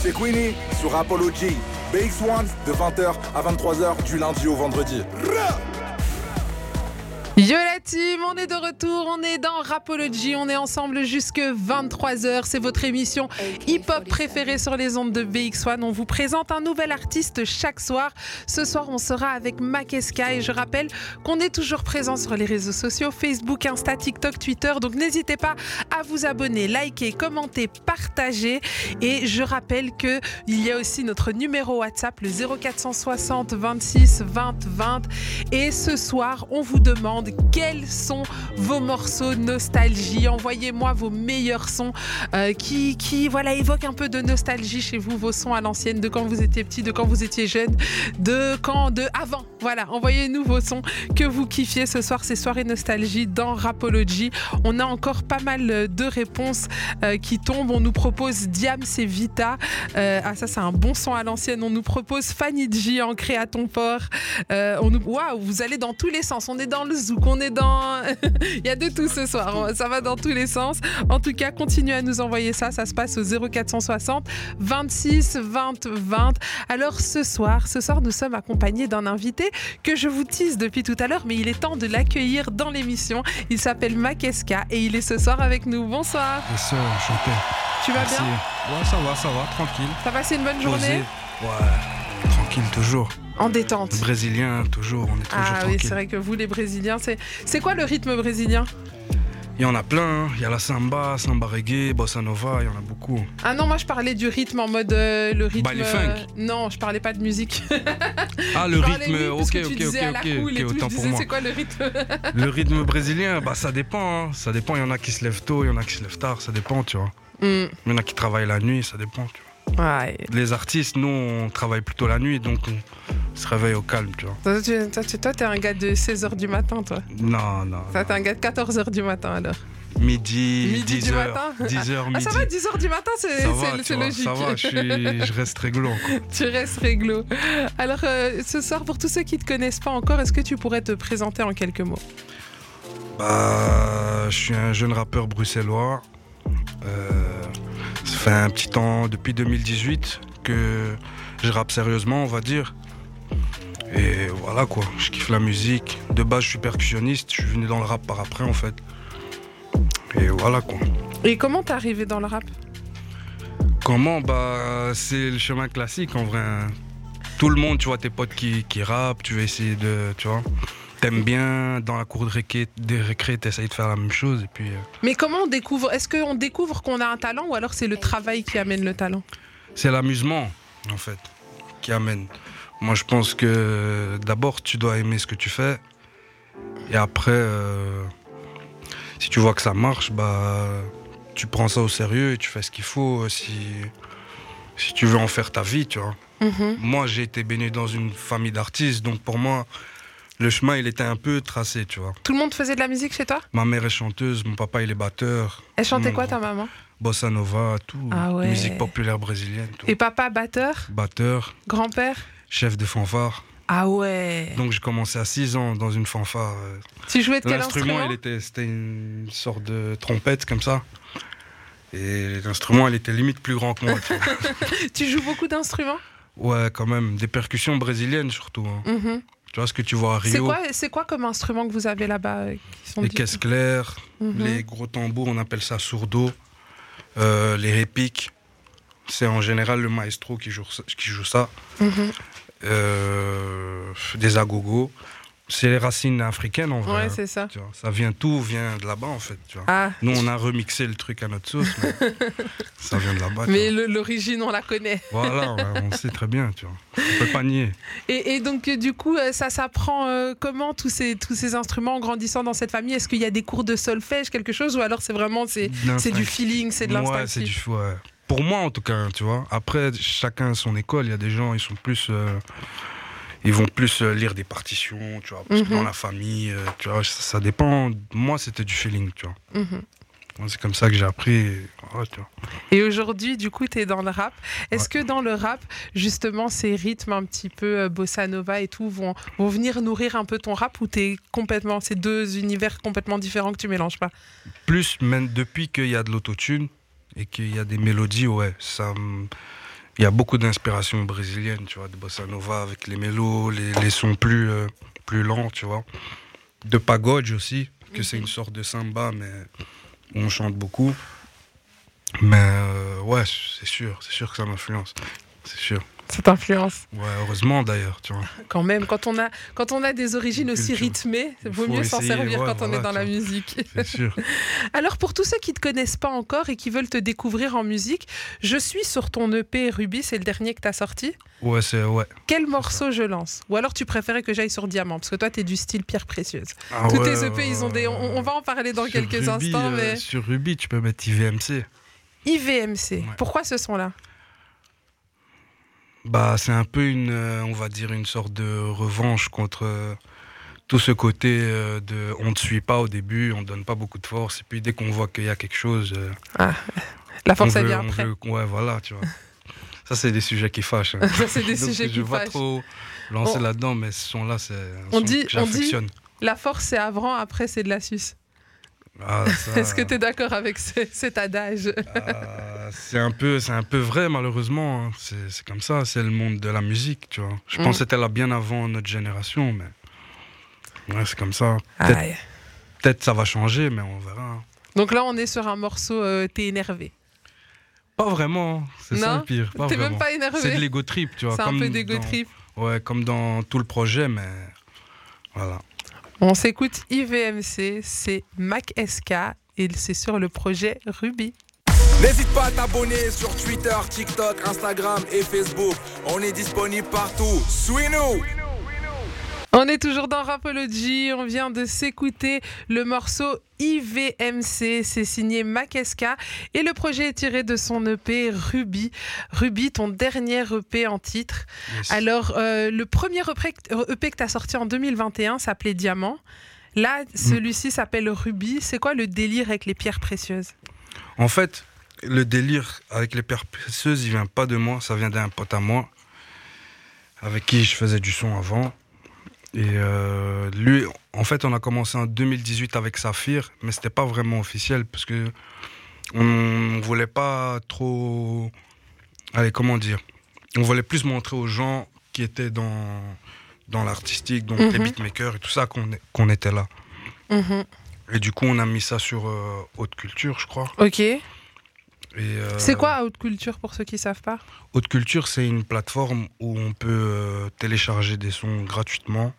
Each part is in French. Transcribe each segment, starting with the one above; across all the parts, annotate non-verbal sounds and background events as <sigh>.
C'est Queenie sur Apollo G. BX1 de 20h à 23h du lundi au vendredi. Yo la team, on est de retour, on est dans Rapology, on est ensemble jusque 23h, c'est votre émission hip-hop préférée sur les ondes de BX1. On vous présente un nouvel artiste chaque soir. Ce soir, on sera avec Makeska et je rappelle qu'on est toujours présent sur les réseaux sociaux, Facebook, Insta, TikTok, Twitter. Donc n'hésitez pas à vous abonner, liker, commenter, partager. Et je rappelle que il y a aussi notre numéro WhatsApp, le 0460 26 20 20. Et ce soir, on vous demande quels sont vos morceaux nostalgie. Envoyez-moi vos meilleurs sons euh, qui, qui voilà, évoquent un peu de nostalgie chez vous, vos sons à l'ancienne, de quand vous étiez petit, de quand vous étiez jeune, de quand, de avant. Voilà, envoyez-nous vos sons que vous kiffiez ce soir, ces soirées nostalgie dans Rapology. On a encore pas mal de réponses euh, qui tombent. On nous propose Diam, c'est Vita. Euh, ah, ça, c'est un bon son à l'ancienne. On nous propose Fanny G, ancré à ton port. Euh, on nous... Waouh, vous allez dans tous les sens. On est dans le zouk, on est dans. <laughs> Il y a de tout ce soir. Ça va dans tous les sens. En tout cas, continuez à nous envoyer ça. Ça se passe au 0460 26 20 20. Alors ce soir, ce soir, nous sommes accompagnés d'un invité que je vous tease depuis tout à l'heure, mais il est temps de l'accueillir dans l'émission. Il s'appelle Makeska et il est ce soir avec nous. Bonsoir. Et ça, enchanté. Tu vas bien Ouais, ça va, ça va, tranquille. T'as passé une bonne Posé. journée Ouais, tranquille toujours. En détente. Brésilien, toujours, on est toujours Ah oui, c'est tranquille. vrai que vous, les Brésiliens, c'est c'est quoi le rythme brésilien Il y en a plein, hein. il y a la samba, samba reggae, bossa nova, il y en a beaucoup. Ah non, moi je parlais du rythme en mode euh, le rythme. Bah, les funk. euh, non, je parlais pas de musique. Ah, <laughs> le Je parlais rythme, rythme, parce ok, que tu ok, disais à ok, la ok, cool et tout, ok, je autant pour disais, moi. C'est quoi le rythme <laughs> Le rythme brésilien, bah ça dépend, hein. ça dépend, il y en a qui se lèvent tôt, il y en a qui se lèvent tard, ça dépend, tu vois. Hmm, Il y en a qui travaillent la nuit, ça dépend, tu vois. Ouais. Les artistes, nous, on travaille plutôt la nuit, donc on se réveille au calme, tu vois. Toi, tu- toi, tu- toi, t'es un gars de 16h du matin, toi. Non, non. Toi, t'es non. un gars de 14h du matin, alors. Midi, Midi du 10h, matin 10h, Ah, midi. ça va, 10h du matin, c'est Ça va, c'est- tu c'est vois, logique. Ça <laughs> va, je, suis- je reste réglo. quoi. tu restes réglo. Alors, euh, ce soir, pour tous ceux qui ne te connaissent pas encore, est-ce que tu pourrais te présenter en quelques mots Bah, je suis un jeune rappeur bruxellois. Euh, ça fait un petit temps, depuis 2018, que je rappe sérieusement, on va dire. Et voilà quoi, je kiffe la musique. De base, je suis percussionniste, je suis venu dans le rap par après en fait. Et voilà quoi. Et comment t'es arrivé dans le rap Comment Bah, c'est le chemin classique en vrai. hein. Tout le monde, tu vois, tes potes qui, qui rappent, tu vas essayer de. Tu vois, t'aimes bien, dans la cour de récré, des récré, t'essayes de faire la même chose. Et puis, euh, Mais comment on découvre Est-ce qu'on découvre qu'on a un talent ou alors c'est le travail qui amène le talent c'est l'amusement, en fait, qui amène. Moi, je pense que d'abord, tu dois aimer ce que tu fais. Et après, euh, si tu vois que ça marche, bah, tu prends ça au sérieux et tu fais ce qu'il faut. euh, Si, si tu veux en faire ta vie, tu vois. Mhm. Moi, j'ai été baigné dans une famille d'artistes, donc pour moi, le chemin, il était un peu tracé, tu vois. Tout le monde faisait de la musique chez toi Ma mère est chanteuse, mon papa, il est batteur, Elle chantait Mmh. quoi ta maman bossa nova, tout, Ah ouais. musique populaire brésilienne, tout. Et papa batteur Batteur, Grand-père chef de fanfare. Ah ouais Donc, j'ai commencé à 6 ans dans une fanfare. euh. Tu jouais de quel instrument, L'instrument, il était, c'était une sorte de trompette comme ça. Et l'instrument, il était limite plus grand que moi. <laughs> tu vois. Tu joues beaucoup d'instruments ouais, quand même, des percussions brésiliennes surtout. hein. Mhm. Tu vois ce que tu vois à C'est Rio, quoi, c'est quoi comme instrument que vous avez là-bas euh, qui sont les dit- caisses claires, Mhm. Les gros tambours, on appelle ça sourdo. Euh, les répiques, c'est en général le maestro qui joue, ça- qui joue ça. Mhm. Euh, des agogos. C'est les racines africaines en vrai. hein. Ouais, c'est ça. Tu vois, ça vient tout, vient de là-bas en fait. tu vois. Ah, Nous, on a remixé le truc à notre sauce, mais <laughs> ça vient de là-bas. tu mais vois. le- l'origine, on la connaît. Voilà, ouais, on sait très bien. Tu vois. On peut pas nier. Et, et donc, euh, du coup, euh, ça s'apprend euh, comment tous ces, tous ces instruments en grandissant dans cette famille Est-ce qu'il y a des cours de solfège, quelque chose Ou alors c'est vraiment c'est, c'est du feeling, c'est de Ouais, c'est l'instinctif du ouais. Pour moi, en tout cas, hein, tu vois. Après, chacun a son école. Il y a des gens, ils sont plus. euh, ils vont plus euh, lire des partitions, tu vois. Parce que Mhm. dans la famille, euh, tu vois, ça, ça dépend. Moi, c'était du feeling, tu vois. Mhm. Moi, C'est comme ça que j'ai appris. et voilà, tu vois. Et aujourd'hui, du coup, tu es dans le rap. Est-ce que dans le rap, justement, ces rythmes un petit peu euh, bossa nova et tout vont, vont venir nourrir un peu ton rap ou t'es complètement, c'est deux univers complètement différents que tu mélanges pas Plus, même depuis qu'il y a de l'autotune et qu'il y a des mélodies, ouais, ça. me- il y a beaucoup d'inspiration brésilienne, tu vois, de bossa nova avec les mélos, les, les sons plus, euh, plus lents, tu vois. De pagode aussi, que c'est une Mhm. sorte de samba, mais où on chante beaucoup. Mais euh, ouais, c'est sûr, c'est sûr que ça m'influence. C'est sûr. Cette influence. Ouais, heureusement d'ailleurs, tu vois. Quand même, quand on a, quand on a des origines Une aussi culture. rythmées, Il vaut faut mieux s'en essayer, servir ouais, quand on est voilà, dans tu la vois. musique. <laughs> C'est <laughs> sûr. Alors pour tous ceux qui ne te connaissent pas encore et qui veulent te découvrir en musique, je suis sur ton EP Ruby, c'est le dernier que tu as sorti. Ouais, c'est ouais. Quel morceau je lance Ou alors tu préférais que j'aille sur Diamant Parce que toi, tu es du style pierre précieuse. Ah Tous ouais, tes EP, ils ont des... On, on va en parler dans Sur quelques Ruby, instants, euh, mais... Sur Ruby, tu peux mettre IVMC. IVMC, pourquoi ce son-là Bah, c'est un peu une, euh, on va dire, une sorte de revanche contre euh, tout ce côté euh, de on ne suit pas au début, on ne donne pas beaucoup de force, et puis dès qu'on voit qu'il y a quelque chose, euh, La force, on elle veut, vient on après. veut- ouais, voilà, tu vois. Ça, c'est des sujets qui fâchent. <laughs> hein. Ça, c'est <laughs> des Donc, sujets <laughs> je qui vais pas fâchent. trop lancer On- là-dedans, mais ce son-là, c'est un On son dit- que on dit- j'affectionne. La force, c'est avant, après, c'est de la suce. <laughs> Ah, ça, Est-ce que tu es d'accord avec ce- cet adage ah, c'est un peu, c'est un peu vrai malheureusement. hein. C'est, c'est comme ça, c'est le monde de la musique, tu vois. Je Mm. pense que c'était là bien avant notre génération, mais ouais, c'est comme ça. Peut-être, Aïe. peut-être ça va changer, mais on verra. hein. Donc là, on est sur un morceau, euh, t'es énervé. Pas vraiment, hein. c'est ça Non, le pire. Pas T'es vraiment. même pas c'est de énervé. l'ego trip, tu vois. C'est un comme peu d'ego dans- trip. Ouais, comme dans tout le projet, mais voilà. On s'écoute IVMC, c'est Mac SK et c'est sur le projet Ruby. N'hésite pas à t'abonner sur Twitter, TikTok, Instagram et Facebook. On est disponible partout. Suis-nous! On est toujours dans Rapology, on vient de s'écouter le morceau IVMC, c'est signé Makeska et le projet est tiré de son EP Ruby. Ruby, ton dernier EP en titre. Yes. Alors, euh, le premier EP que- EP que tu as sorti en 2021 s'appelait Diamant. Là, celui-ci s'appelle Ruby. C'est quoi le délire avec les pierres précieuses En fait, le délire avec les pierres précieuses, il vient pas de moi, ça vient d'un pote à moi, avec qui je faisais du son avant. Et euh, lui, en fait, on a commencé en 2018 avec Saphir, mais c'était pas vraiment officiel parce que on voulait pas trop. Allez, comment dire On voulait plus montrer aux gens qui étaient dans, dans l'artistique, donc les Mhm. beatmakers et tout ça, qu'on qu'on était là. Mhm. Et du coup, on a mis ça sur euh, Haute Culture, je crois. Ok. Et, euh, C'est quoi Haute Culture pour ceux qui savent pas Haute Culture, c'est une plateforme où on peut euh, télécharger des sons gratuitement.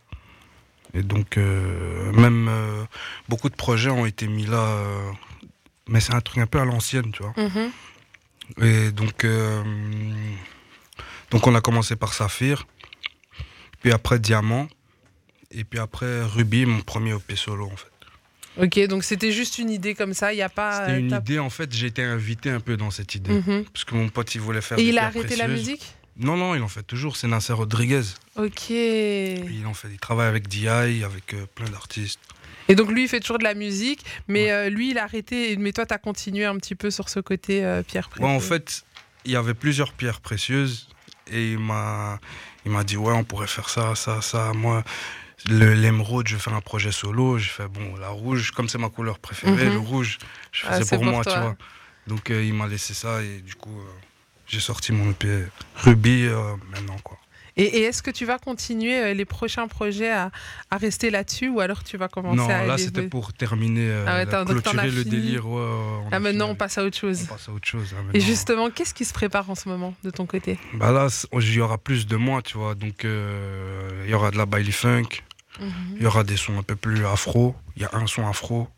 Et donc, euh, même euh, beaucoup de projets ont été mis là. euh, mais c'est un truc un peu à l'ancienne, tu vois. Mhm. Et donc, euh, donc, on a commencé par Saphir, puis après Diamant, et puis après Ruby, mon premier OP solo, en fait. Ok, donc c'était juste une idée comme ça, il n'y a pas... C'était euh, une t'as- idée, en fait, j'ai été invité un peu dans cette idée. Mhm. Parce que mon pote, il voulait faire Et des il a pierres arrêté la précieuses. musique Non, non, il en fait toujours, c'est Nasser Rodriguez. Ok. Puis il en fait, il travaille avec DI, avec euh, plein d'artistes. Et donc lui, il fait toujours de la musique, mais euh, lui, il a arrêté, mais toi, tu as continué un petit peu sur ce côté euh, pierre Ouais, précieuse. en fait, il y avait plusieurs pierres précieuses et il m'a, il m'a dit ouais, on pourrait faire ça, ça, ça. Moi, le- l'émeraude, je vais faire un projet solo. J'ai fait bon, la rouge, comme c'est ma couleur préférée, Mhm. le rouge, je Ah, faisais c'est pour, pour moi, toi. tu vois. Donc euh, il m'a laissé ça et du coup, euh, j'ai sorti mon EP Ruby euh, maintenant quoi. Et, et est-ce que tu vas continuer euh, les prochains projets à, à rester là-dessus, ou alors tu vas commencer non, à... là élever- c'était pour terminer, euh, Ah ouais, t'as- donc t'en as clôturer le fini. délire. ouais, ouais, ouais, on Là a maintenant, fini. Ah, on passe à autre chose. On passe à autre chose. là, Et maintenant. justement, qu'est-ce qui se prépare en ce moment de ton côté Bah là, c- il y aura plus de moi, tu vois. Donc, euh, il y aura de la Bailey Funk, Mhm. il y aura des sons un peu plus afro. Il y a un son afro,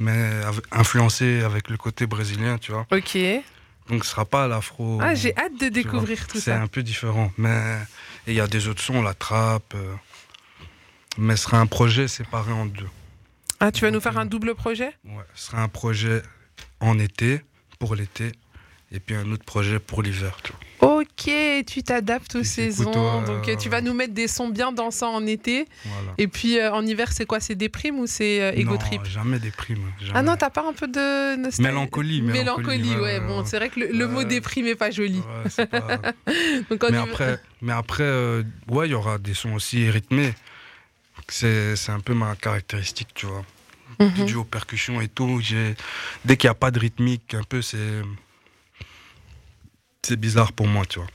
mais av- influencé avec le côté brésilien, tu vois. Ok. Donc, ce sera pas l'afro. Ah, j'ai hâte de tu découvrir vois. tout C'est ça. un peu différent. Mais et il y a des autres sons, la trappe. euh, Mais ce sera un projet séparé en deux. Ah, tu vas nous faire un double projet Ouais, ce sera un projet en été, pour l'été, et puis un autre projet pour l'hiver, tu vois. Ok, tu t'adaptes aux Puis c'est saisons. plutôt, euh, Donc euh, tu vas nous mettre des sons bien dansants en été. Voilà. Et puis euh, en hiver, c'est quoi C'est déprime ou c'est euh, égo non, trip Jamais des primes. Ah non, t'as pas un peu de nostalgie Mélancolie, mélancolie. Mélancolie, ouais, ouais, bon, ouais. c'est vrai que le, le mot Ouais. déprime est pas joli. Ouais, <laughs> c'est pas- Donc, en mais, hiver- après, mais après, euh, ouais, il y aura des sons aussi rythmés. C'est c'est un peu ma caractéristique, tu vois. Mhm. Dû aux percussions et tout, j'ai- dès qu'il n'y a pas de rythmique, un peu, c'est. c'est- c'est bizarre pour moi, tu vois.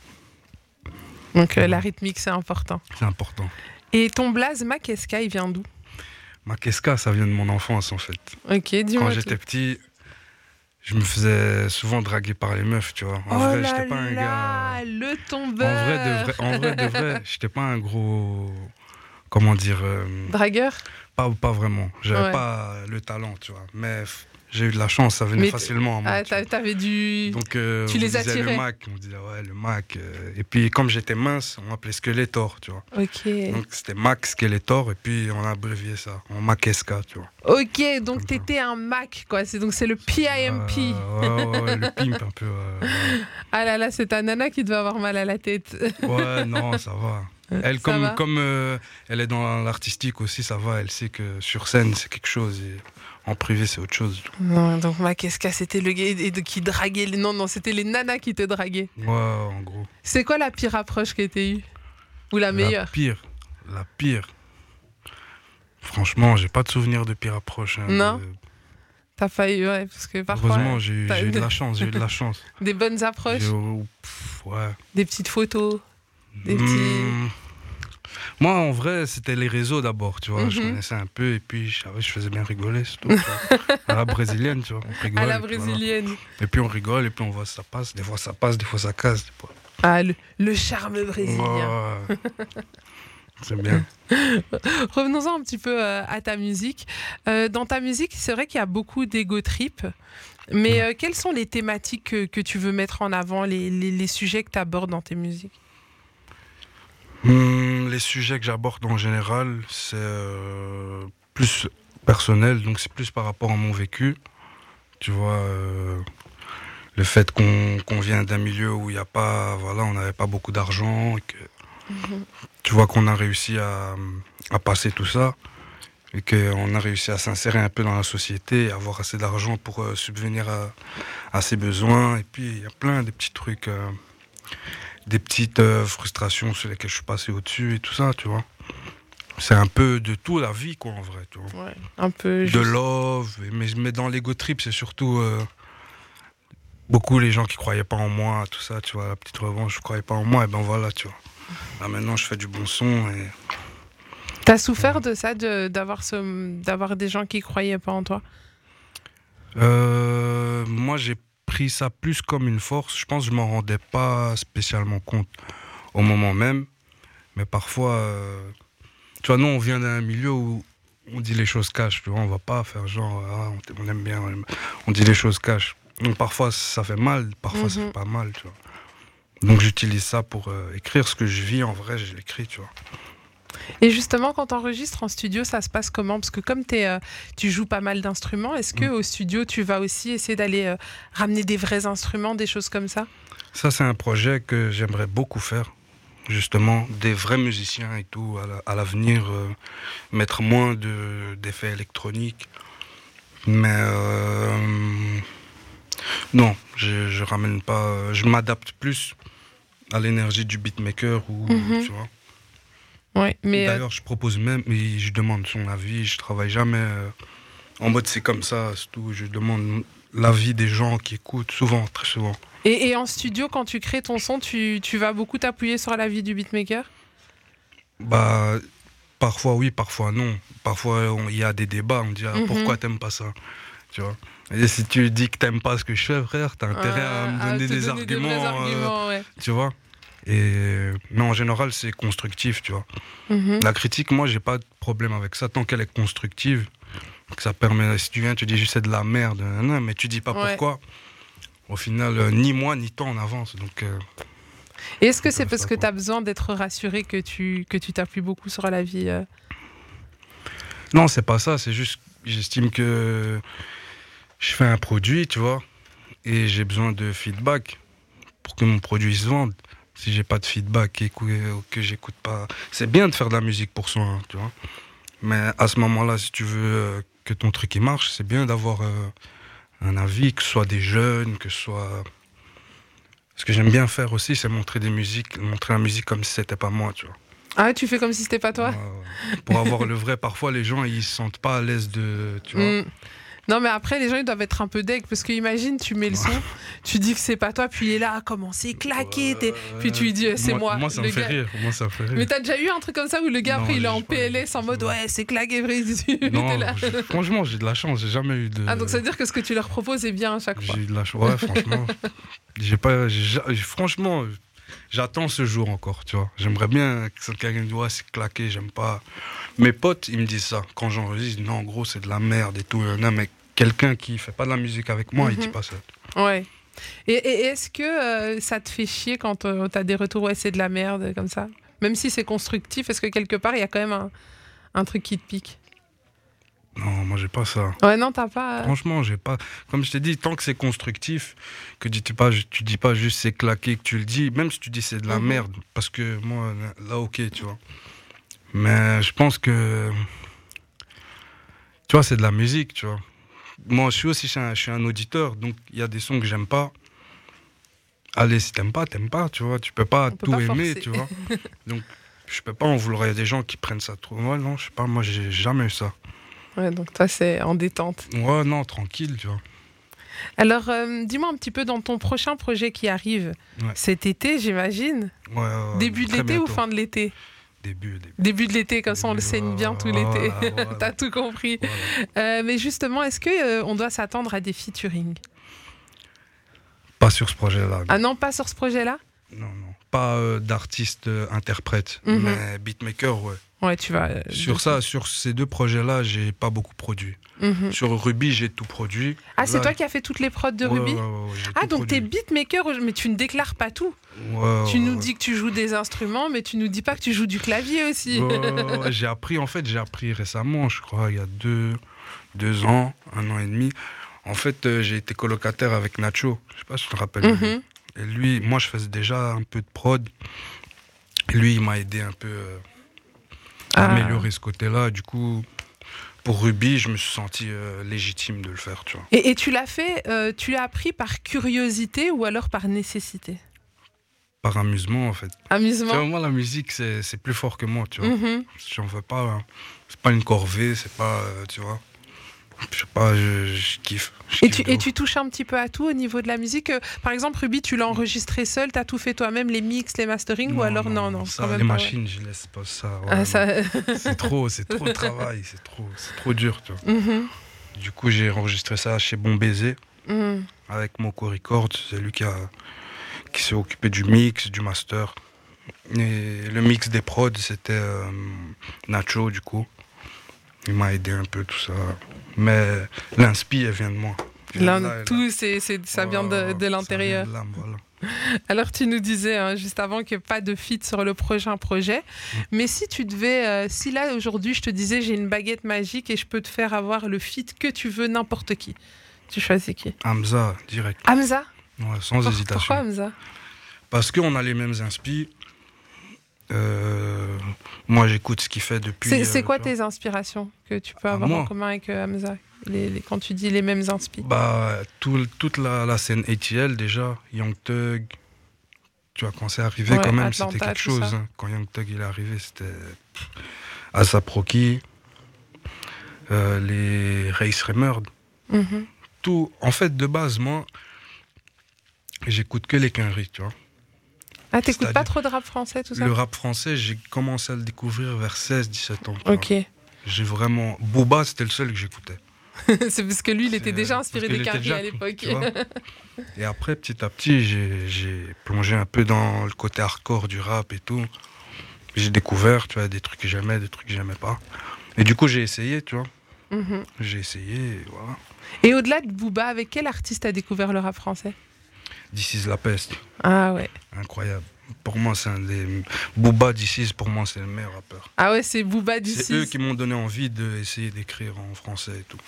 Donc euh, la rythmique, c'est important. C'est important. Et ton blaze Makeska, il vient d'où Ma Keska, ça vient de mon enfance, en fait. Ok, Quand dis-moi. tout. j'étais petit, je me faisais souvent draguer par les meufs, tu vois. En oh vrai, là j'étais pas un gars. là, le En tombeur. vrai, de vrai, en vrai, de vrai, j'étais pas un gros. Comment dire euh, Dragueur pas, pas vraiment. J'avais Ouais. pas le talent, tu vois. Mais f- j'ai eu de la chance, ça venait Mais t- facilement à moi. Ah, tu vois. t'a- t'avais du. Donc, euh, tu on les disait attirais. le Mac, on disait ouais, le Mac. euh, et puis, comme j'étais mince, on m'appelait Skeletor, tu vois. Ok. Donc, c'était Mac Skeletor, et puis on a abrévié ça en Mac SK, tu vois. ok, donc t'étais un Mac, quoi. C'est donc c'est le PIMP. Euh, ouais, ouais, ouais, le pimp un peu. euh, Ah là là, c'est ta nana qui devait avoir mal à la tête. <laughs> Ouais, non, ça va. Elle, Ça comme, va comme euh, elle est dans l'artistique aussi, ça va. Elle sait que sur scène, c'est quelque chose. Et en privé, c'est autre chose. Non, donc Makeska, c'était le gars et- et- qui draguait. les- Non, non, c'était les nanas qui te draguaient. Ouais, en gros. C'est quoi la pire approche qui t'ait eue Ou la meilleure pire. La pire. Franchement, j'ai pas de souvenir de pire approche. hein, Non. de- T'as failli, ouais, parce que parfois, Heureusement, j'ai eu t'as- j'ai eu de la chance. J'ai eu de <laughs> la chance. des bonnes approches, J'ai- oh, pff, ouais. des petites photos, des petits. Hmm. Moi, en vrai, c'était les réseaux d'abord, tu vois. Je Mhm. connaissais un peu et puis je savais, je faisais bien rigoler, c'est tout. tu vois. à la brésilienne, tu vois. On rigole, à la et puis voilà. brésilienne. Et puis on rigole, et puis on voit ça passe. Des fois ça passe, des fois ça casse. Des fois... Ah, le, le charme brésilien. <laughs> Ouais. C'est bien. Revenons-en un petit peu euh, à ta musique. Euh, dans ta musique, c'est vrai qu'il y a beaucoup d'ego trip. Mais euh, quelles sont les thématiques que, que tu veux mettre en avant, les, les- les sujets que tu abordes dans tes musiques Hum, les sujets que j'aborde en général, c'est euh, plus personnel, donc c'est plus par rapport à mon vécu. Tu vois, euh, le fait qu'on qu'on vient d'un milieu où il n'y a pas, voilà, on n'avait pas beaucoup d'argent, et que tu vois qu'on a réussi à, à passer tout ça et qu'on a réussi à s'insérer un peu dans la société, avoir assez d'argent pour euh, subvenir à, à ses besoins. Et puis, il y a plein de petits trucs, euh, des petites euh, frustrations sur lesquelles je suis passé au-dessus et tout ça, tu vois. C'est un peu de tout la vie, quoi, en vrai, tu vois. Un peu. De love, mais, mais dans l'ego trip, c'est surtout euh, beaucoup les gens qui croyaient pas en moi, tout ça, tu vois, la petite revanche, je croyais pas en moi, et ben voilà, tu vois. Là, maintenant, je fais du bon son et T'as souffert de ça, de- d'avoir ce- d'avoir des gens qui croyaient pas en toi Euh, moi, j'ai pris ça plus comme une force. Je pense que je m'en rendais pas spécialement compte au moment même. Mais parfois, euh, tu vois, nous, on vient d'un milieu où on dit les choses cash. Tu vois, on va pas faire genre, Ah, on t- on aime bien, on, aime- on dit les choses cash. Donc parfois, ça fait mal, parfois, ça Mhm. fait pas mal, tu vois. Donc j'utilise ça pour euh, écrire ce que je vis en vrai, je l'écris, tu vois. Et justement, quand t'enregistres en studio, ça se passe comment Parce que comme t'es, euh, tu joues pas mal d'instruments, est-ce Mm. que au studio, tu vas aussi essayer d'aller euh, ramener des vrais instruments, des choses comme ça Ça, c'est un projet que j'aimerais beaucoup faire. Justement, des vrais musiciens et tout, à la- à l'avenir, euh, mettre moins de- d'effets électroniques. Mais euh, non, je, je ramène pas. euh, Je m'adapte plus à l'énergie du beatmaker ou Mhm. tu vois. Ouais, mais euh, D'ailleurs, je propose même, et je demande son avis. Je travaille jamais euh, en mode c'est comme ça, c'est tout. Je demande l'avis des gens qui écoutent souvent, très souvent. Et, et en studio, quand tu crées ton son, tu, tu vas beaucoup t'appuyer sur la vie du beatmaker Bah, parfois oui, parfois non. Parfois, on- il y a des débats. On dit ah, Mhm. pourquoi t'aimes pas ça Tu vois Et si tu dis que t'aimes pas ce que je fais, frère, t'as intérêt à me Ah, donner, te des, donner arguments, vrais euh, arguments, ouais. Tu vois et mais en général c'est constructif tu vois Mhm. la critique moi j'ai pas de problème avec ça tant qu'elle est constructive que ça permet si tu viens tu dis juste c'est de la merde nan, nan, mais tu dis pas Ouais. pourquoi au final euh, ni moi ni toi on avance donc euh, Et Est-ce que c'est Comme parce ça, que quoi. tu as besoin d'être rassuré que tu que tu t'appuies beaucoup sur la vie euh Non, c'est pas ça. C'est juste, j'estime que je fais un produit, tu vois, et j'ai besoin de feedback pour que mon produit se vende. Si j'ai pas de feedback et que, que j'écoute pas, c'est bien de faire de la musique pour soi, hein, tu vois. Mais à ce moment-là, si tu veux euh, que ton truc il marche, c'est bien d'avoir euh, un avis, que ce soit des jeunes, que ce soit. Ce que j'aime bien faire aussi, c'est montrer des musiques, montrer la musique comme si c'était pas moi, tu vois. Ah, ouais, tu fais comme si c'était pas toi Ouais, ouais. Pour avoir le vrai, parfois les gens ils se sentent pas à l'aise de. Tu vois. Mm. Non, mais après, les gens, ils doivent être un peu deg parce que imagine, tu mets le son, tu dis que c'est pas toi, puis il est là, ah, comment c'est claqué, t'es- puis tu lui dis, euh, c'est moi. Moi, ça me le fait gars. rire. Moi, ça me fait rire. Mais t'as déjà eu un truc comme ça où le gars, Non, après, il est j'ai en pas eu. PLS en mode, ouais, c'est claqué, vrai. <laughs> Non, t'es là. je- franchement, j'ai de la chance. J'ai jamais eu de. Ah, donc ça veut dire que ce que tu leur proposes est bien à chaque fois. J'ai eu de la chance. Ouais, franchement. j'ai pas. j'ai ja- j'ai- franchement, j'attends ce jour encore, tu vois. J'aimerais bien que quelqu'un me dise, ouais, c'est claqué, j'aime pas. Mes potes, ils me disent ça. Quand j'enregistre, non, en gros, c'est de la merde et tout. Non, mais quelqu'un qui fait pas de la musique avec moi, il dit Mhm. pas ça. Ouais. Et, et est-ce que euh, ça te fait chier quand euh, t'as des retours, ouais, c'est de la merde, comme ça Même si c'est constructif, est-ce que quelque part, il y a quand même un, un truc qui te pique Non, moi, j'ai pas ça. Ouais, non, t'as pas. euh, Franchement, j'ai pas. Comme je t'ai dit, tant que c'est constructif, que dis -tu, pas, tu dis pas juste c'est claqué, que tu le dis, même si tu dis c'est de la Mhm. merde, parce que moi, là, ok, tu vois. Mais je pense que. Tu vois, c'est de la musique, tu vois. Moi, je suis aussi je suis un, je suis un auditeur, donc il y a des sons que j'aime pas. Allez, si t'aimes pas, t'aimes pas, tu vois. Tu peux pas On peut tout pas aimer, forcer. <laughs> tu vois. Donc, je peux pas en vouloir. Il y a des gens qui prennent ça trop. Moi, non, je sais pas, moi, j'ai jamais eu ça. Ouais, donc toi, c'est en détente. Ouais, non, tranquille, tu vois. Alors, euh, dis-moi un petit peu dans ton prochain projet qui arrive Ouais. cet été, j'imagine. Ouais, ouais, ouais, début de très l'été ou bientôt. fin de l'été Début, début. Début de l'été, comme ça on le Début, saigne ouais, bien ouais, tout ouais, l'été. ouais, ouais, <laughs> T'as ouais. tout compris. Voilà. Euh, mais justement, est-ce que euh, on doit s'attendre à des featuring Pas sur ce projet-là. Ah non, pas sur ce projet-là Non, non. Pas euh, d'artiste euh, interprète, Mhm. mais beatmaker, ouais. Ouais, tu vas. euh, Sur ça, sur ces deux projets-là, j'ai pas beaucoup produit. Mhm. Sur Ruby, j'ai tout produit. Ah, c'est Là, toi qui as fait toutes les prods de ouais, Ruby ouais, ouais, ouais, j'ai Ah, tout donc t'es produit. beatmaker, mais tu ne déclares pas tout. Ouais, tu ouais, nous ouais. dis que tu joues des instruments, mais tu nous dis pas que tu joues du clavier aussi. Ouais, ouais, ouais, j'ai appris, en fait, j'ai appris récemment, je crois, il y a deux, deux ans, un an et demi. En fait, euh, j'ai été colocataire avec Nacho. Je sais pas si tu te rappelles. de lui. <laughs> Mhm. Et lui, moi, je faisais déjà un peu de prod. Et lui, il m'a aidé un peu euh, à Ah. améliorer ce côté-là. Du coup, pour Ruby, je me suis senti euh, légitime de le faire, tu vois. Et, et tu l'as fait, euh, tu l'as appris par curiosité ou alors par nécessité Par amusement, en fait. Tu vois, Amusement. moi, la musique, c'est c'est plus fort que moi, tu vois. Mhm. J'en veux pas. hein. C'est pas une corvée, c'est pas, euh, tu vois. Je sais pas, je, je kiffe. Je Et, kiffe tu, de et ouf. tu touches un petit peu à tout au niveau de la musique. Euh, Par exemple, Ruby, tu l'as enregistré seul, t'as tout fait toi-même, les mix, les masterings, ou alors non, non, ça, quand même les pas, ouais. machines, je laisse pas ça. Ah, ouais, ça... non. C'est trop, c'est trop de travail, c'est trop, c'est trop dur, tu <laughs> vois. Mhm, Du coup, j'ai enregistré ça chez Bon Baiser mhm. avec Moko Records. C'est lui qui, a- qui s'est occupé du mix, du master. Et le mix des prods, c'était euh, Nacho, du coup. Il m'a aidé un peu, tout ça. Mais l'inspi, elle vient de moi. Elle vient L'un- de là, elle- tout, c'est, c'est- ça vient Ouais, ouais, de, ouais, de ça l'intérieur. vient de là, voilà. Alors, tu nous disais hein, juste avant que pas de feat sur le prochain projet. Mm. Mais si tu devais, euh, si là aujourd'hui, je te disais, j'ai une baguette magique et je peux te faire avoir le feat que tu veux, n'importe qui, tu choisis qui Hamza, direct. Hamza Ouais, sans Pour- hésitation. Pourquoi Hamza Parce qu'on a les mêmes inspi. Euh, moi, j'écoute ce qu'il fait depuis. C'est c'est euh, quoi tu vois. tes inspirations que tu peux Ah, avoir en moi commun avec euh, Hamza Les- les- Quand tu dis les mêmes inspirations Bah, tout- toute la, la scène ATL déjà, Young Thug. Tu vois, quand c'est arrivé, Ouais, quand même, Atlanta, c'était quelque tout ça. chose. hein. Quand Young Thug il est arrivé, c'était pff, ASAP Rocky, euh, les Race Remord. Mhm. Tout, en fait, de base, moi, j'écoute que les quinries, tu vois. Ah, t'écoutes pas C'est-à-dire- trop de rap français, tout ça Le rap français, j'ai commencé à le découvrir vers 16-17 ans. tu vois. Ok, J'ai vraiment. Booba, c'était le seul que j'écoutais. <laughs> c'est parce que lui, il était C'est- déjà Euh, parce inspiré que des j'étais carrières déjà- à l'époque. tu vois. Et après, petit à petit, j'ai- j'ai plongé un peu dans le côté hardcore du rap et tout. J'ai découvert, tu vois, des trucs que j'aimais, des trucs que j'aimais pas. Et du coup, j'ai essayé, tu vois. <laughs> Mhm. J'ai essayé, et voilà. Et au-delà de Booba, avec quel artiste t'as découvert le rap français This is la peste. Ah ouais, Incroyable. Pour moi, c'est un des. Booba, This is, pour moi, c'est le meilleur rappeur. ah ouais c'est Booba du C'est eux 6. qui m'ont donné envie d'essayer d'écrire en français et tout.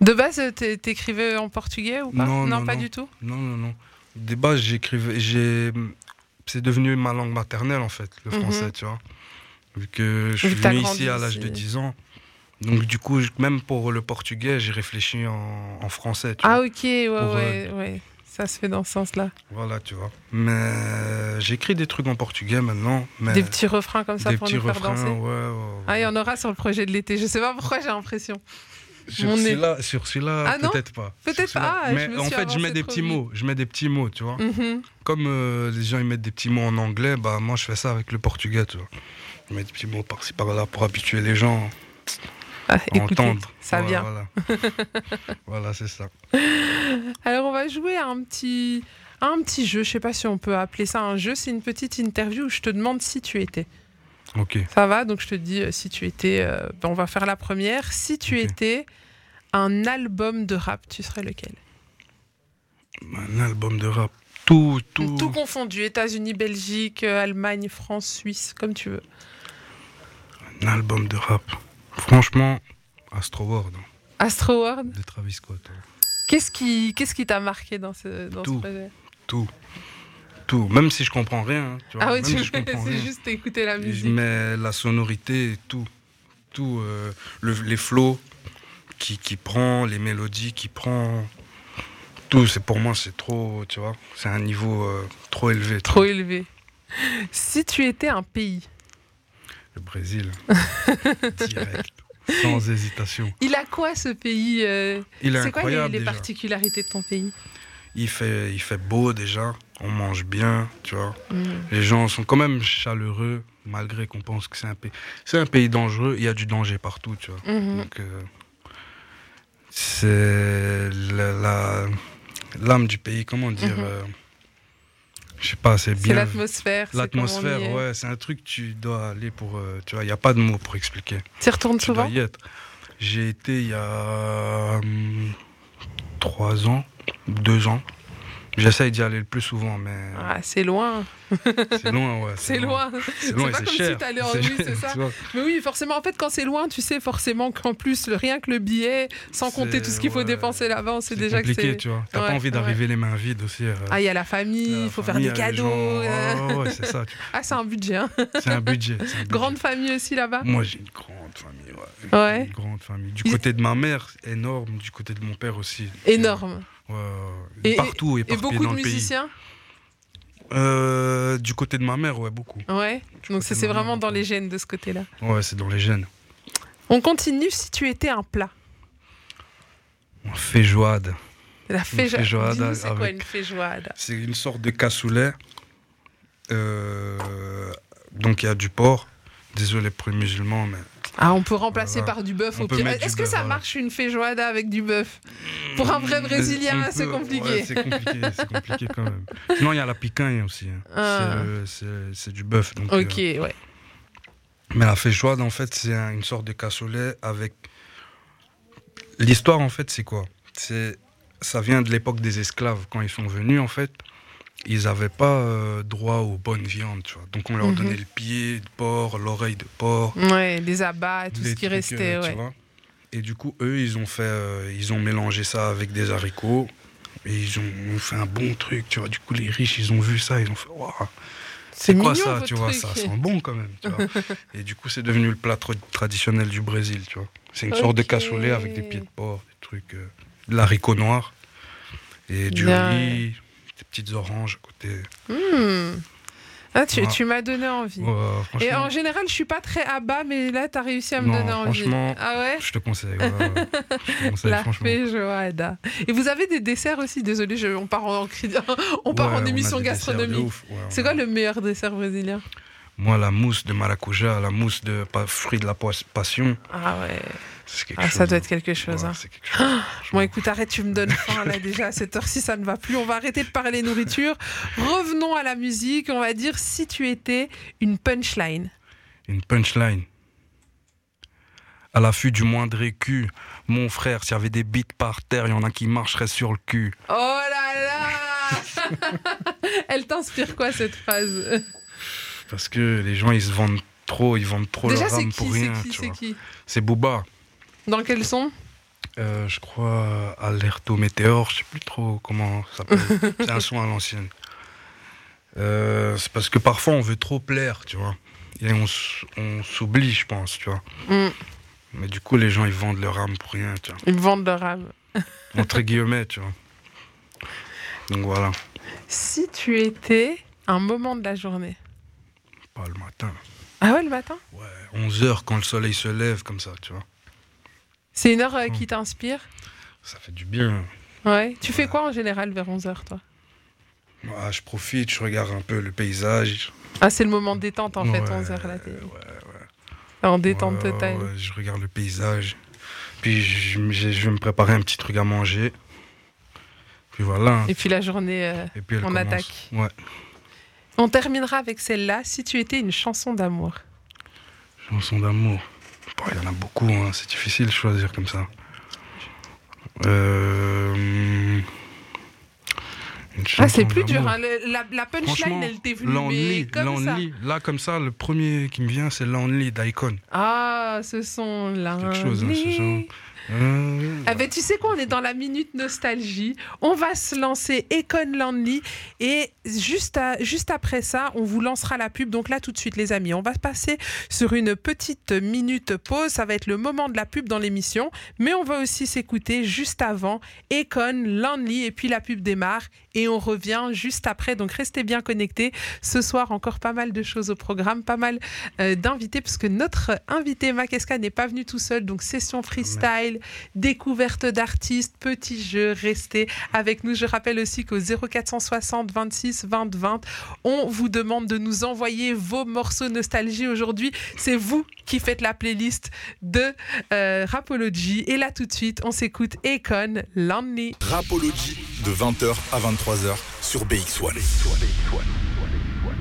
De base, euh, t'é- t'écrivais en portugais ou pas Non, non, pas non. du tout Non, non, non. Des bases, j'écrivais. j'ai- C'est devenu ma langue maternelle, en fait, le Mhm. français, tu vois. Vu que je Vu suis que t'as venu grandi ici à l'âge ici. de 10 ans. Donc, du coup, je- même pour le portugais, j'ai réfléchi en, en français, tu Ah vois. ok, ouais, Pour, euh, ouais, ouais. Ça se fait dans ce sens-là. Voilà, tu vois. Mais j'écris des trucs en portugais maintenant. Mais Des petits refrains comme ça des pour petits nous faire refrains, danser. ouais, ouais, ouais. Ah, il y en aura sur le projet de l'été. Je sais pas pourquoi j'ai l'impression. Sur On est- celui-là, sur celui-là, Ah non peut-être pas. Peut-être Sur celui-là. pas, ah, je Mais me en suis fait, je avancée mets des trop petits vite. mots. Je mets des petits mots, tu vois. Mhm. Comme euh, les gens ils mettent des petits mots en anglais, bah moi je fais ça avec le portugais, tu vois. Je mets des petits mots par-ci par-là pour habituer les gens Ah, à écoutez, entendre. ça vient. Voilà, <laughs> voilà. Voilà, c'est ça. Alors on va jouer à un petit, à un petit jeu. Je sais pas si on peut appeler ça un jeu. C'est une petite interview où je te demande si tu étais. Ok. Ça va Donc je te dis euh, si tu étais. euh, ben, on va faire la première. Si tu Ok. étais un album de rap, tu serais lequel Un album de rap. Tout, tout. tout... confondu. États-Unis, Belgique, euh, Allemagne, France, Suisse, comme tu veux. Un album de rap. Franchement, Astro World hein, Astro World. de Travis Scott. hein. Qu'est-ce qui, qu'est-ce qui t'a marqué dans ce, dans ce Tout. projet Tout. Tout. Même si je comprends rien. hein, tu vois. Ah ouais, Même tu si je <laughs> comprends c'est rien. juste écouter la Et je musique. mets la sonorité, tout, tout, euh, le- les flots qui, qui prend, les mélodies qui prend, tout. C'est pour moi, c'est trop, tu vois, c'est un niveau euh, trop élevé. Trop tu vois. élevé. Si tu étais un pays, <laughs> Le Brésil, direct, sans hésitation. il a quoi ce pays euh, Il est, C'est quoi les, incroyable les déjà. particularités de ton pays Il fait, il fait beau déjà. On mange bien, tu vois. Mm. Les gens sont quand même chaleureux, malgré qu'on pense que c'est un pays, c'est un pays dangereux. Il y a du danger partout, tu vois. Mhm. Donc, euh, c'est la- la- l'âme du pays, comment dire Mhm. euh, Je sais pas, c'est C'est bien. l'atmosphère. c'est L'atmosphère, comment on y est. ouais, c'est un truc, tu dois aller pour. euh, tu vois, il n'y a pas de mots pour expliquer. Tu y retournes Tu dois souvent y être. J'ai été il y a. hum, trois ans, deux ans. J'essaye d'y aller le plus souvent, mais ah, c'est loin, c'est loin, <laughs> ouais. c'est loin. C'est C'est loin et pas c'est comme si cher. t'allais en <laughs> ville, c'est ça tu vois. Mais oui, forcément, en fait, quand c'est loin, tu sais forcément qu'en plus, le- rien que le billet, sans C'est- compter tout ce qu'il faut ouais. dépenser là-bas, on sait C'est déjà que compliqué, c'est. tu vois. T'as Ouais, pas envie d'arriver les mains vides aussi. euh, Ah, il y a la famille, la il faut faire famille, des il y a les cadeaux. euh. gens. Ouais, oh, ouais, c'est ça. tu Ah, c'est un budget, hein. C'est un budget. c'est un budget. Grande famille aussi là-bas Moi, j'ai une grande famille. Ouais. Ouais. Une grande famille. Du Ils- côté de ma mère, énorme. Du côté de mon père aussi. Énorme. Ouais, ouais, ouais. Et- partout et, Et beaucoup dans de le pays. musiciens Euh, du côté de ma mère, ouais, beaucoup. Ouais. Donc, ça, de c'est ma vraiment mère, dans les beaucoup. gènes de ce côté-là. Ouais, c'est dans les gènes. On continue si tu étais un plat. On fait jouade. La féjo- féjoada Dis-nous, C'est quoi avec- une féjoada C'est une sorte de cassoulet. Euh, donc, il y a du porc. Désolé pour les musulmans, mais Ah, on peut remplacer Voilà. par du bœuf On au peut pire. mettre du Est-ce que bœuf, ça voilà. marche une féjoada avec du bœuf Pour un vrai Brésilien, On c'est peut- compliqué. Euh, ouais, c'est compliqué, c'est compliqué quand même. Sinon, il y a la piquin aussi. hein. Ah. C'est, euh, C'est c'est du bœuf. donc, Ok, euh, ouais. mais la feijoada, en fait, c'est un- une sorte de cassoulet avec. L'histoire, en fait, c'est quoi C'est ça vient de l'époque des esclaves. Quand ils sont venus, en fait, ils n'avaient pas euh, droit aux bonnes viandes, tu vois. Donc on leur Mhm. donnait le pied de porc, l'oreille de porc, Ouais, les abats, et tout des ce qui trucs, restait, euh, tu ouais. vois. Et du coup, eux, ils ont fait, euh, ils ont mélangé ça avec des haricots. Et ils ont, ont fait un bon truc, tu vois. Du coup, les riches, ils ont vu ça, ils ont fait, waouh, c'est quoi mignon, ça, votre tu vois truc. <laughs> Ça sent bon quand même, <laughs> tu vois. et du coup, c'est devenu le plat tra- traditionnel du Brésil, tu vois. C'est une sorte de Ok. cassoulet avec des pieds de porc, des trucs, euh, de l'haricot noir et du Bien. riz, des petites oranges à côté. Hmm. Ah, tu, Ouais. tu m'as donné envie. Ouais, Et franchement, en général, je suis pas très abat, mais là, t'as réussi à me Non, donner envie. franchement, ah ouais je te conseille. ouais, ouais. Je te <laughs> conseille, La franchement. feijoada. Et vous avez des desserts aussi, désolé, je- on part en, cri- <laughs> on part Ouais, en a émission des desserts de gastronomique. ouf, hein. ouais, on C'est a- quoi le meilleur dessert brésilien Moi, la mousse de maracuja, la mousse de pa- fruit de la poisse- passion, Ah ouais, c'est quelque Ah, chose. ça doit être quelque Ouais, chose. hein. c'est quelque chose. Bon, franchement. écoute, arrête, tu me <laughs> donnes faim là déjà. À cette heure-ci, ça ne va plus. On va arrêter de parler nourriture. Revenons à la musique. On va dire si tu étais une punchline. Une punchline. À l'affût du moindre écu, mon frère, s'il y avait des bites par terre, il y en a qui marcheraient sur le cul. Oh là là <laughs> Elle t'inspire quoi cette phrase Parce que les gens, ils se vendent trop, ils vendent trop Déjà, leur c'est âme qui pour C'est rien. qui tu C'est vois. qui C'est Booba. Dans quel son Euh, je crois Alerto Météor, je sais plus trop comment ça s'appelle. c'est un son à l'ancienne. Euh, c'est parce que parfois on veut trop plaire, tu vois. Et on, s- on s'oublie, je pense, tu vois. Mm. Mais du coup, les gens, ils vendent leur âme pour rien, tu vois. Ils vendent leur âme. Entre guillemets, tu vois. Donc voilà, Si tu étais un moment de la journée. pas le matin. Ah ouais, le matin Ouais, 11h quand le soleil se lève, comme ça, tu vois. C'est une heure euh, Hmm. qui t'inspire Ça fait du bien. Ouais. Tu fais quoi en général vers 11h, toi Ah, je profite, je regarde un peu le paysage. Ah, c'est le moment de détente, en fait, Ouais, 11h, la télé. ouais, En détente Ouais, totale. Euh, ouais, je regarde le paysage. Puis je, je- je vais me préparer un petit truc à manger. Puis voilà. Et puis la journée, euh, Et puis elle on commence. attaque. Ouais. On terminera avec celle-là, si tu étais une chanson d'amour. Chanson d'amour. Bon, Il y en a beaucoup, hein, c'est difficile de choisir comme ça. Euh, hum, une Ah, chanson c'est plus dur, d'amour. hein, le- la, la punchline, Franchement, elle t'est venue mais Lonely, comme ça. Lonely. Là, comme ça, le premier qui me vient, c'est Lonely d'Icon. Ah, ce son-là. Quelque chose, hein, ce son. Euh, Ah ben, tu sais quoi, on est dans la minute nostalgie. On va se lancer Econ Landly et juste, à- juste après ça, on vous lancera la pub. Donc là, tout de suite, les amis, on va passer sur une petite minute pause. Ça va être le moment de la pub dans l'émission, mais on va aussi s'écouter juste avant Econ Landly et puis la pub démarre et on revient juste après. Donc restez bien connectés. Ce soir, encore pas mal de choses au programme, pas mal euh, d'invités parce que notre invité Makeska n'est pas venu tout seul. Donc session freestyle découverte d'artistes, petits jeux, restez avec nous. Je rappelle aussi qu'au 0460 26 20 20, on vous demande de nous envoyer vos morceaux nostalgie aujourd'hui. C'est vous qui faites la playlist de euh, Rapology. Et là tout de suite, on s'écoute Econ Lonely. Rapology de 20h à 23h sur BX1.